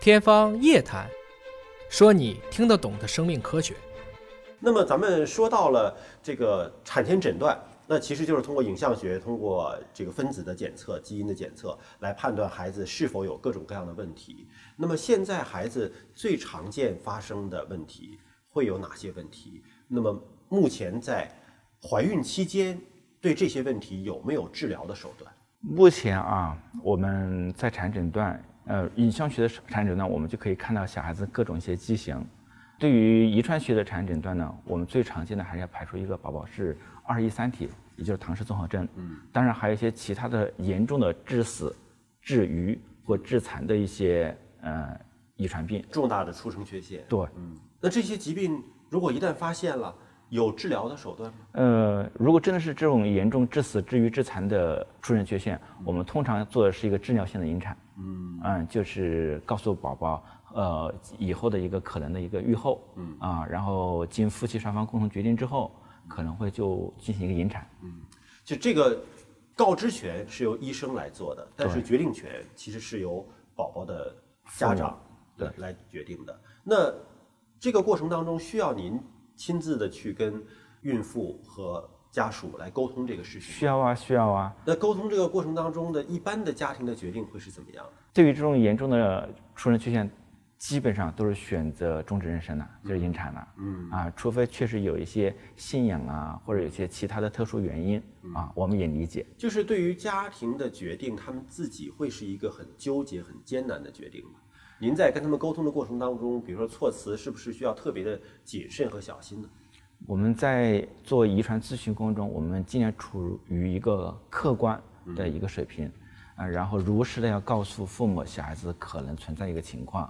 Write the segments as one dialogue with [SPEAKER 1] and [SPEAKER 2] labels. [SPEAKER 1] 天方夜谭，说你听得懂的生命科学。
[SPEAKER 2] 那么咱们说到了这个产前诊断，那其实就是通过影像学，通过这个分子的检测、基因的检测来判断孩子是否有各种各样的问题。那么现在孩子最常见发生的问题会有哪些问题？那么目前在怀孕期间对这些问题有没有治疗的手段？
[SPEAKER 3] 目前啊，我们在产诊断，呃，影像学的产诊断，我们就可以看到小孩子各种一些畸形。对于遗传学的产诊断呢，我们最常见的还是要排除一个宝宝是二一三体，也就是唐氏综合征。嗯，当然还有一些其他的严重的致死、致愚或致残的一些呃遗传病。
[SPEAKER 2] 重大的出生缺陷。
[SPEAKER 3] 对，
[SPEAKER 2] 那这些疾病如果一旦发现了，有治疗的手段吗？
[SPEAKER 3] 呃，如果真的是这种严重致死、致愚、致残的出生缺陷，我们通常做的是一个治疗性的引产，嗯就是告诉宝宝，呃，以后的一个可能的一个预后，嗯啊，然后经夫妻双方共同决定之后，可能会就进行一个引产，
[SPEAKER 2] 就这个告知权是由医生来做的，但是决定权其实是由宝宝的家长对来决定的。那这个过程当中需要您亲自的去跟孕妇和家属来沟通这个事情。
[SPEAKER 3] 需要啊，需要啊。
[SPEAKER 2] 那沟通这个过程当中的一般的家庭的决定会是怎么样的？
[SPEAKER 3] 对于这种严重的出生缺陷，基本上都是选择终止妊娠了，就是引产了。嗯啊，除非确实有一些信仰啊，或者有一些其他的特殊原因啊，我们也理解。
[SPEAKER 2] 就是对于家庭的决定，他们自己会是一个很纠结、很艰难的决定吗？您在跟他们沟通的过程当中，比如说措辞是不是需要特别的谨慎和小心呢？
[SPEAKER 3] 我们在做遗传咨询过程中，我们尽量处于一个客观的一个水平，啊、然后如实的要告诉父母小孩子可能存在一个情况，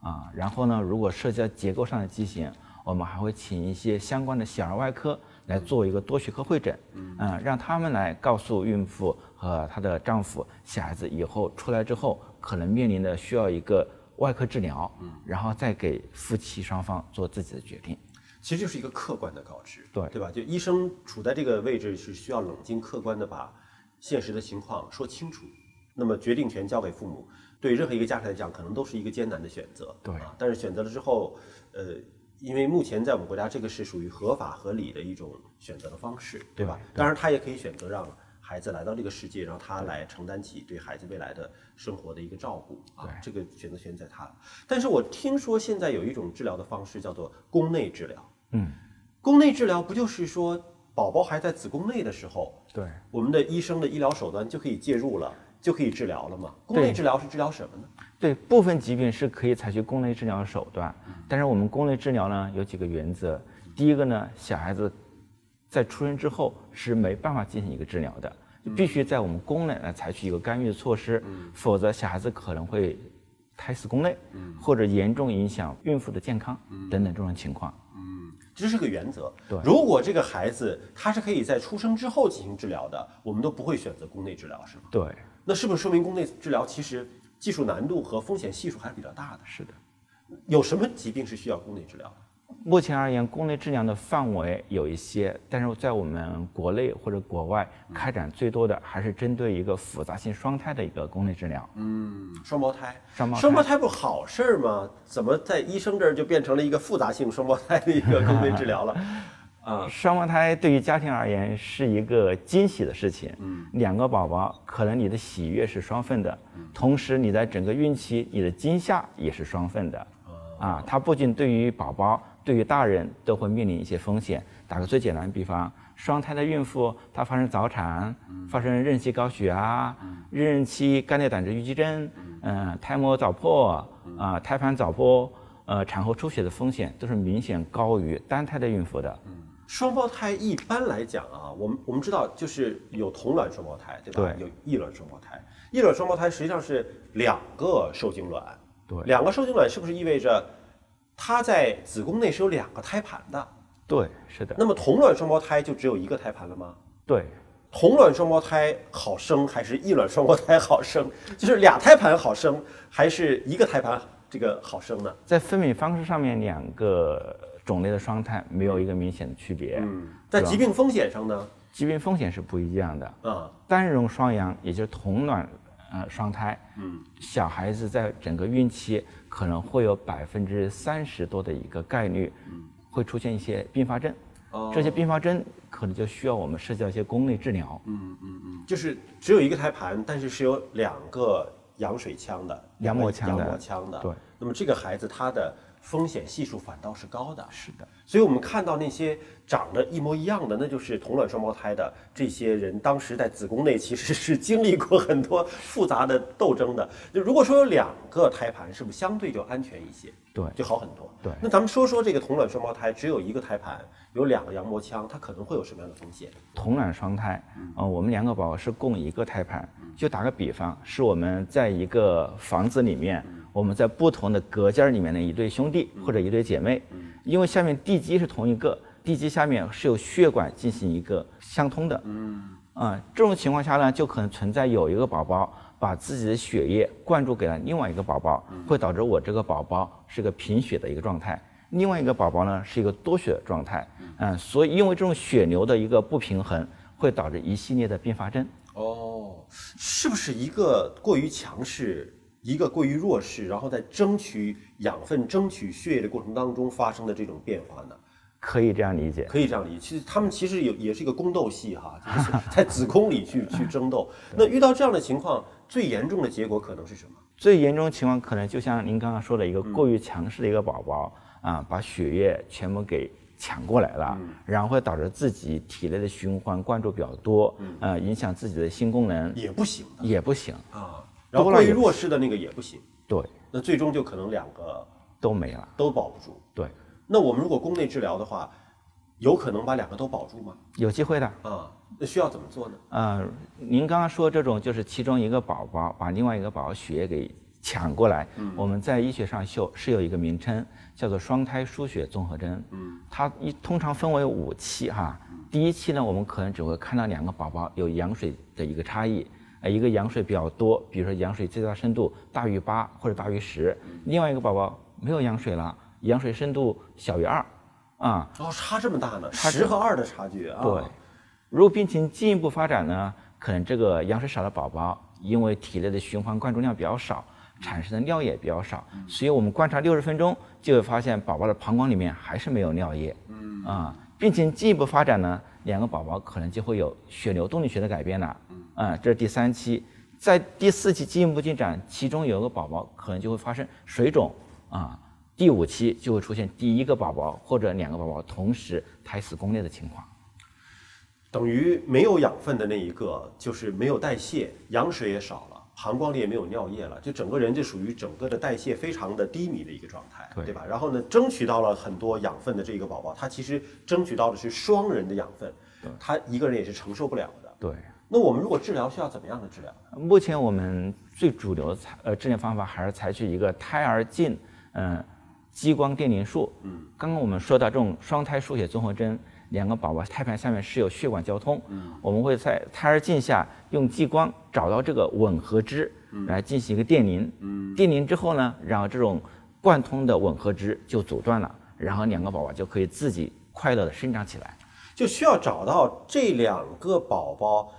[SPEAKER 3] 啊，然后呢，如果涉及到结构上的畸形，我们还会请一些相关的小儿外科来做一个多学科会诊，嗯、让他们来告诉孕妇和她的丈夫小孩子以后出来之后可能面临的需要一个外科治疗，然后再给夫妻双方做自己的决定。
[SPEAKER 2] 其实就是一个客观的告知，
[SPEAKER 3] 对
[SPEAKER 2] 对吧？就医生处在这个位置是需要冷静客观的把现实的情况说清楚。那么决定权交给父母，对任何一个家庭来讲，可能都是一个艰难的选择。
[SPEAKER 3] 对
[SPEAKER 2] 啊，但是选择了之后，呃，因为目前在我们国家这个是属于合法合理的一种选择的方式，对吧？当然，他也可以选择让孩子来到这个世界，让他来承担起对孩子未来的生活的一个照顾啊。这个选择权在他。但是我听说现在有一种治疗的方式叫做宫内治疗。
[SPEAKER 3] 嗯，
[SPEAKER 2] 宫内治疗不就是说宝宝还在子宫内的时候，
[SPEAKER 3] 对。
[SPEAKER 2] 我们的医生的医疗手段就可以介入了，就可以治疗了吗？宫内治疗是治疗什么呢？
[SPEAKER 3] 对部分疾病是可以采取宫内治疗的手段，但是我们宫内治疗呢有几个原则。第一个呢，小孩子在出生之后是没办法进行一个治疗的，就必须在我们宫内来采取一个干预措施，否则小孩子可能会胎死宫内，或者严重影响孕妇的健康等等这种情况。
[SPEAKER 2] 这是个原则。
[SPEAKER 3] 对
[SPEAKER 2] 如果这个孩子他是可以在出生之后进行治疗的，我们都不会选择宫内治疗，是吗？
[SPEAKER 3] 对，
[SPEAKER 2] 那是不是说明宫内治疗其实技术难度和风险系数还是比较大的？
[SPEAKER 3] 是的。
[SPEAKER 2] 有什么疾病是需要宫内治疗的？
[SPEAKER 3] 目前而言，宫内治疗的范围有一些，但是在我们国内或者国外开展最多的还是针对一个复杂性双胎的一个宫内治疗。
[SPEAKER 2] 嗯双胞胎，
[SPEAKER 3] 双胞胎
[SPEAKER 2] 不是好事儿吗？怎么在医生这儿就变成了一个复杂性双胞胎的一个宫内治疗了？
[SPEAKER 3] 双胞胎对于家庭而言是一个惊喜的事情。嗯，两个宝宝，可能你的喜悦是双份的，同时你在整个孕期，你的惊吓也是双份的。啊，它不仅对于宝宝，对于大人都会面临一些风险。打个最简单的比方，双胎的孕妇她发生早产，发生妊娠高血压、妊娠期肝裂胆汁淤积症，嗯、胎膜早破啊、胎盘早剥，呃，产后出血的风险都是明显高于单胎的孕妇的。
[SPEAKER 2] 双胞胎一般来讲啊，我们我们知道就是有同卵双胞胎，对吧？
[SPEAKER 3] 对
[SPEAKER 2] 有异卵双胞胎，异卵双胞胎实际上是两个受精卵，
[SPEAKER 3] 对
[SPEAKER 2] 两个受精卵是不是意味着它在子宫内是有两个胎盘的？
[SPEAKER 3] 对，是的，
[SPEAKER 2] 那么同卵双胞胎就只有一个胎盘了吗？
[SPEAKER 3] 对，
[SPEAKER 2] 同卵双胞胎好生还是异卵双胞胎好生？ 就是俩胎盘好生还是一个胎盘这个好生呢？
[SPEAKER 3] 在分娩方式上面，两个种类的双胎没有一个明显的区别，
[SPEAKER 2] 嗯，在
[SPEAKER 3] 啊
[SPEAKER 2] 疾病风险上呢？
[SPEAKER 3] 疾病风险是不一样的。
[SPEAKER 2] 啊、
[SPEAKER 3] 单人双阳，也就是同卵呃双胎，嗯，小孩子在整个孕期可能会有百分之三十多的一个概率，会出现一些并发症。这些并发症可能就需要我们涉及到一些宫内治疗，
[SPEAKER 2] 就是只有一个胎盘，但是是有两个羊水腔的、
[SPEAKER 3] 羊膜腔的
[SPEAKER 2] 两个羊膜腔的。
[SPEAKER 3] 对，
[SPEAKER 2] 那么这个孩子他的风险系数反倒是高的。
[SPEAKER 3] 是的，
[SPEAKER 2] 所以我们看到那些长得一模一样的，那就是同卵双胞胎的这些人，当时在子宫内其实是经历过很多复杂的斗争的。就如果说有两个胎盘，是不是相对就安全一些？
[SPEAKER 3] 对
[SPEAKER 2] 就好很多。
[SPEAKER 3] 对
[SPEAKER 2] 那咱们说说这个同卵双胞胎，只有一个胎盘，有两个羊膜腔，它可能会有什么样的风险？
[SPEAKER 3] 同卵双胎，呃，我们两个宝宝是共一个胎盘。就打个比方，是我们在一个房子里面，我们在不同的隔间儿里面的一对兄弟或者一对姐妹，因为下面地基是同一个，地基下面是有血管进行一个相通的。嗯，啊，这种情况下呢，就可能存在有一个宝宝把自己的血液灌注给了另外一个宝宝，会导致我这个宝宝是个贫血的一个状态。另外一个宝宝呢是一个多血的状态，嗯，所以因为这种血流的一个不平衡，会导致一系列的并发症。
[SPEAKER 2] 哦，是不是一个过于强势，一个过于弱势，然后在争取养分、争取血液的过程当中发生的这种变化呢？
[SPEAKER 3] 可以这样理解，
[SPEAKER 2] 可以这样理解，其实他们其实也也是一个宫斗戏哈，就是 在子宫里去去争斗。那遇到这样的情况，最严重的结果可能是什么？
[SPEAKER 3] 最严重的情况可能就像您刚刚说的一个过于强势的一个宝宝啊，把血液全部给抢过来了，然后会导致自己体内的循环灌注比较多，呃，影响自己的心功能
[SPEAKER 2] 也不行
[SPEAKER 3] 也不行，
[SPEAKER 2] 的啊。然后
[SPEAKER 3] 多了
[SPEAKER 2] 过于
[SPEAKER 3] 也不
[SPEAKER 2] 弱势的那个也不行，
[SPEAKER 3] 对，
[SPEAKER 2] 那最终就可能两个
[SPEAKER 3] 都没了，
[SPEAKER 2] 都保不住。
[SPEAKER 3] 对，
[SPEAKER 2] 那我们如果宫内治疗的话，有可能把两个都保住吗？
[SPEAKER 3] 有机会的。
[SPEAKER 2] 啊，那需要怎么做呢？
[SPEAKER 3] 呃，您刚刚说这种就是其中一个宝宝把另外一个宝宝血液给抢过来，我们在医学上秀是有一个名称叫做双胎输血综合征，嗯，它一通常分为五期哈，第一期呢，我们可能只会看到两个宝宝有羊水的一个差异。呃，一个羊水比较多，比如说羊水最大深度大于八或者大于十，另外一个宝宝没有羊水了，羊水深度小于二，啊、
[SPEAKER 2] 哦，差这么大呢，
[SPEAKER 3] 差这
[SPEAKER 2] 十和二的差距啊！
[SPEAKER 3] 对，如果病情进一步发展呢，可能这个羊水少的宝宝，因为体内的循环灌注量比较少，产生的尿液比较少，所以我们观察六十分钟就会发现宝宝的膀胱里面还是没有尿液。嗯啊，病情进一步发展呢，两个宝宝可能就会有血流动力学的改变了。嗯啊，这是第三期，在第四期进一步进展，其中有一个宝宝可能就会发生水肿啊。第五期就会出现第一个宝宝或者两个宝宝同时胎死宫裂的情况。
[SPEAKER 2] 等于没有养分的那一个，就是没有代谢，羊水也少了，膀胱里也没有尿液了，就整个人就属于整个的代谢非常的低迷的一个状态，
[SPEAKER 3] 对
[SPEAKER 2] 吧？然后呢，争取到了很多养分的这个宝宝，他其实争取到的是双人的养分，他一个人也是承受不了的。
[SPEAKER 3] 对，
[SPEAKER 2] 那我们如果治疗需要怎么样的治疗？
[SPEAKER 3] 目前我们最主流的采呃治疗方法还是采取一个胎儿镜，嗯、激光电凝术。嗯，刚刚我们说到这种双胎输血综合征，两个宝宝胎盘下面是有血管交通，嗯，我们会在胎儿镜下用激光找到这个吻合支，来进行一个电凝。嗯，电凝之后呢，然后这种贯通的吻合支就阻断了，然后两个宝宝就可以自己快乐的生长起来。
[SPEAKER 2] 就需要找到这两个宝宝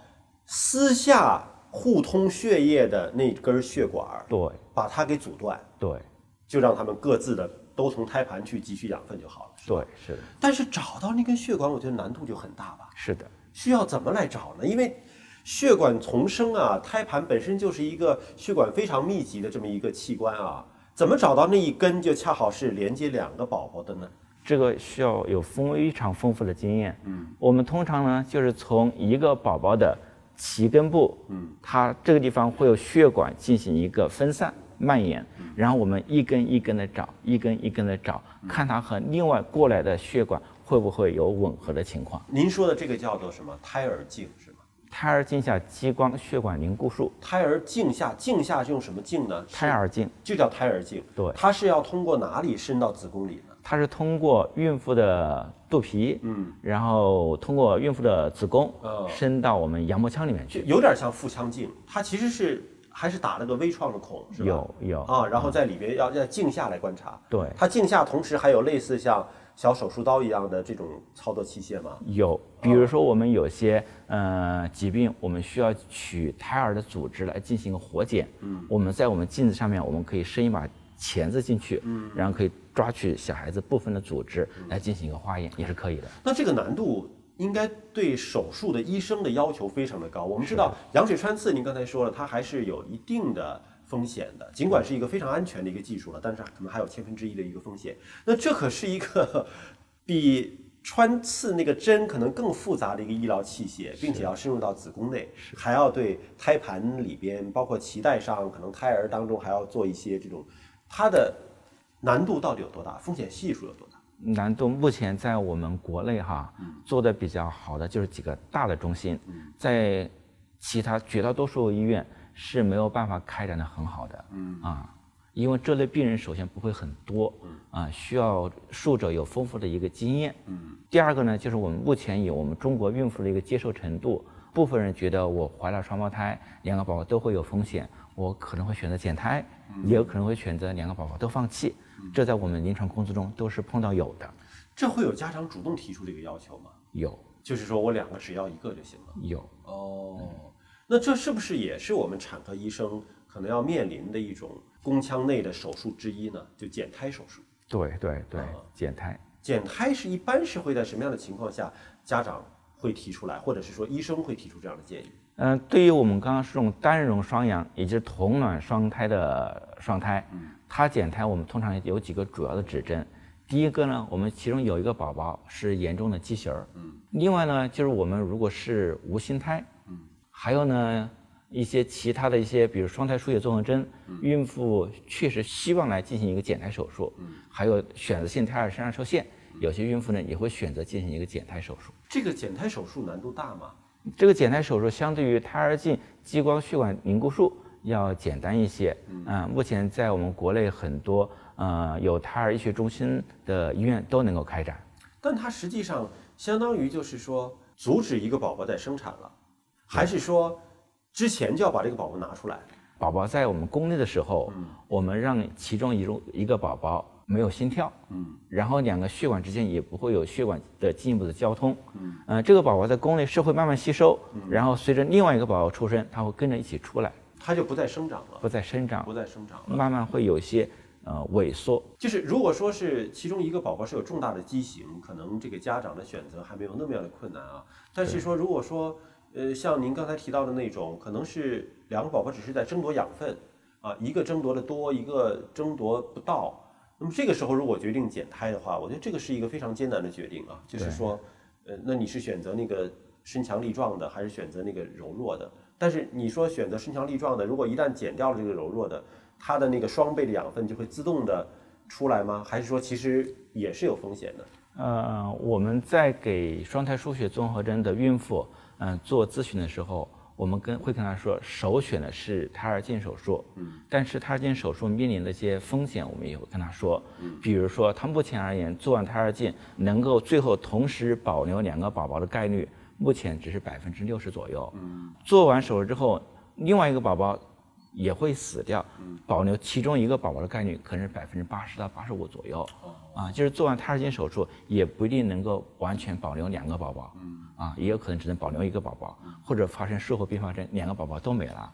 [SPEAKER 2] 私下互通血液的那根血管儿，
[SPEAKER 3] 对
[SPEAKER 2] 把它给阻断。
[SPEAKER 3] 对
[SPEAKER 2] 就让他们各自的都从胎盘去汲取养分就好了。
[SPEAKER 3] 对，是的，
[SPEAKER 2] 但是找到那根血管，我觉得难度就很大吧？
[SPEAKER 3] 是的。
[SPEAKER 2] 需要怎么来找呢？因为血管丛生啊，胎盘本身就是一个血管非常密集的这么一个器官啊，怎么找到那一根就恰好是连接两个宝宝的呢？
[SPEAKER 3] 这个需要有非常丰富的经验。嗯，我们通常呢，就是从一个宝宝的脐根部，嗯，它这个地方会有血管进行一个分散蔓延，
[SPEAKER 2] 嗯
[SPEAKER 3] 然后我们一根一根的找，一根一根的找，看它和另外过来的血管会不会有吻合的情况。
[SPEAKER 2] 您说的这个叫做什么？胎儿镜是吗？
[SPEAKER 3] 胎儿镜下激光血管凝固术，
[SPEAKER 2] 胎儿镜下，镜下是用什么镜呢？是
[SPEAKER 3] 胎儿镜，
[SPEAKER 2] 就叫胎儿镜。
[SPEAKER 3] 对
[SPEAKER 2] 它是要通过哪里伸到子宫里呢？
[SPEAKER 3] 它是通过孕妇的肚皮，嗯，然后通过孕妇的子宫，
[SPEAKER 2] 哦
[SPEAKER 3] 伸到我们羊膜腔里面
[SPEAKER 2] 就
[SPEAKER 3] 去。
[SPEAKER 2] 有点像腹腔镜，它其实是还是打了个微创的孔，是吧？
[SPEAKER 3] 有有
[SPEAKER 2] 啊，然后在里边要要镜下来观察，
[SPEAKER 3] 对
[SPEAKER 2] 它镜下同时还有类似像小手术刀一样的这种操作器械吗？
[SPEAKER 3] 有，比如说我们有些呃疾病，我们需要取胎儿的组织来进行活检。嗯，我们在我们镜子上面，我们可以伸一把钳子进去，嗯，然后可以抓取小孩子部分的组织来进行一个化验，也是可以的。
[SPEAKER 2] 那这个难度应该对手术的医生的要求非常的高。我们知道羊水穿刺，您刚才说了，它还是有一定的风险的，尽管是一个非常安全的一个技术了，但是可能还有千分之一的一个风险。那这可是一个比。穿刺那个针可能更复杂的一个医疗器械，并且要深入到子宫内，还要对胎盘里边，包括脐带上，可能胎儿当中还要做一些这种，它的难度到底有多大？风险系数有多大？
[SPEAKER 3] 难度目前在我们国内哈做的比较好的就是几个大的中心，在其他绝大多数医院是没有办法开展的很好的，啊，因为这类病人首先不会很多，啊，需要术者有丰富的一个经验，第二个呢就是我们目前以我们中国孕妇的一个接受程度，部分人觉得我怀了双胞胎，两个宝宝都会有风险，我可能会选择减胎，也有可能会选择两个宝宝都放弃，这在我们临床工作中都是碰到有的，
[SPEAKER 2] 这会有家长主动提出这个要求吗？
[SPEAKER 3] 有
[SPEAKER 2] 就是说我两个只要一个就行了。
[SPEAKER 3] 有。
[SPEAKER 2] 哦，那这是不是也是我们产科医生可能要面临的一种宫腔内的手术之一呢？就减胎手术。
[SPEAKER 3] 对对对，减胎。
[SPEAKER 2] 减胎是一般是会在什么样的情况下家长会提出来，或者是说医生会提出这样的建议？
[SPEAKER 3] 嗯、对于我们刚刚说这种单人容双阳，也就是同卵双胎的双胎，它减胎我们通常有几个主要的指征。第一个呢，我们其中有一个宝宝是严重的畸形儿，另外呢，就是我们如果是无心胎，还有呢一些其他的一些，比如双胎输血综合征，孕妇确实希望来进行一个减胎手术，还有选择性胎儿肾上腺腺，有些孕妇呢也会选择进行一个减胎手术。
[SPEAKER 2] 这个减胎手术难度大吗？
[SPEAKER 3] 这个减胎手术相对于胎儿镜激光血管凝固术要简单一些。嗯、目前在我们国内很多呃有胎儿医学中心的医院都能够开展。
[SPEAKER 2] 但它实际上相当于就是说阻止一个宝宝在生产了，还是说之前就要把这个宝宝拿出来？
[SPEAKER 3] 宝宝在我们宫内的时候，我们让其中一种一个宝宝没有心跳，然后两个血管之间也不会有血管的进一步的交通，嗯，呃，这个宝宝在宫内是会慢慢吸收，然后随着另外一个宝宝出生，它会跟着一起出来，
[SPEAKER 2] 它就不再生长了，
[SPEAKER 3] 不再生长
[SPEAKER 2] 不，再生长了。
[SPEAKER 3] 慢慢会有一些呃萎缩，
[SPEAKER 2] 就是如果说是其中一个宝宝是有重大的畸形，可能这个家长的选择还没有那么样的困难啊。但是说如果说呃像您刚才提到的那种，可能是两个宝宝只是在争夺养分啊，一个争夺的多，一个争夺不到。那么这个时候如果决定减胎的话，我觉得这个是一个非常艰难的决定啊，就是说，呃，那你是选择那个身强力壮的，还是选择那个柔弱的？但是你说选择身强力壮的，如果一旦减掉了这个柔弱的，它的那个双倍的养分就会自动的出来吗？还是说其实也是有风险的？
[SPEAKER 3] 呃，我们在给双胎输血综合征的孕妇，嗯、做咨询的时候，我们跟会跟她说，首选的是胎儿镜手术，嗯，但是胎儿镜手术面临的一些风险，我们也会跟她说，嗯，比如说，她目前而言做完胎儿镜，能够最后同时保留两个宝宝的概率，目前只是百分之六十左右，嗯，做完手术之后，另外一个宝宝。也会死掉，保留其中一个宝宝的概率可能是百分之八十到八十五左右，啊，就是做完胎儿镜手术也不一定能够完全保留两个宝宝，啊，也有可能只能保留一个宝宝，或者发生术后并发症，两个宝宝都没了。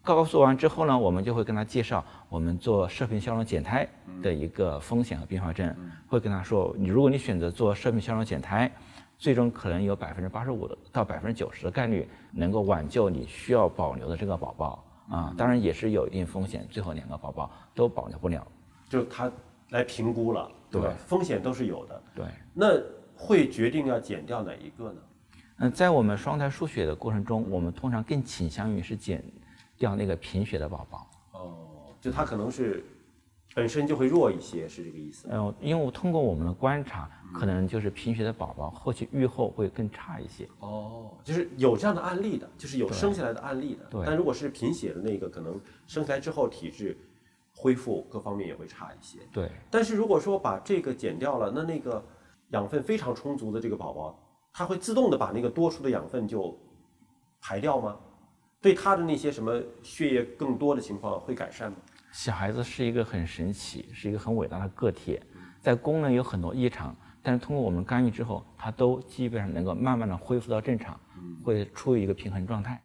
[SPEAKER 3] 告诉完之后呢，我们就会跟他介绍我们做射频消融减胎的一个风险和并发症，会跟他说，你如果你选择做射频消融减胎，最终可能有百分之八十五到百分之九十的概率能够挽救你需要保留的这个宝宝。啊，当然也是有一定风险，最后两个宝宝都保留不了。
[SPEAKER 2] 就是它来评估了，对吧？
[SPEAKER 3] 对
[SPEAKER 2] 风险都是有的。
[SPEAKER 3] 对，
[SPEAKER 2] 那会决定要减掉哪一个呢？
[SPEAKER 3] 嗯，在我们双胎输血的过程中，我们通常更倾向于是减掉那个贫血的宝宝。
[SPEAKER 2] 哦，就它可能是本身就会弱一些，是这个意思吗。
[SPEAKER 3] 嗯、因为我通过我们的观察，可能就是贫血的宝宝后期预后会更差一些。
[SPEAKER 2] 哦，就是有这样的案例的，就是有生下来的案例的。
[SPEAKER 3] 对
[SPEAKER 2] 但如果是贫血的那个，可能生下来之后体质恢复各方面也会差一些。
[SPEAKER 3] 对，
[SPEAKER 2] 但是如果说把这个减掉了，那那个养分非常充足的这个宝宝，他会自动的把那个多出的养分就排掉吗？对他的那些什么血液更多的情况会改善吗？
[SPEAKER 3] 小孩子是一个很神奇，是一个很伟大的个体，在功能有很多异常，但是通过我们干预之后，它都基本上能够慢慢的恢复到正常，会处于一个平衡状态。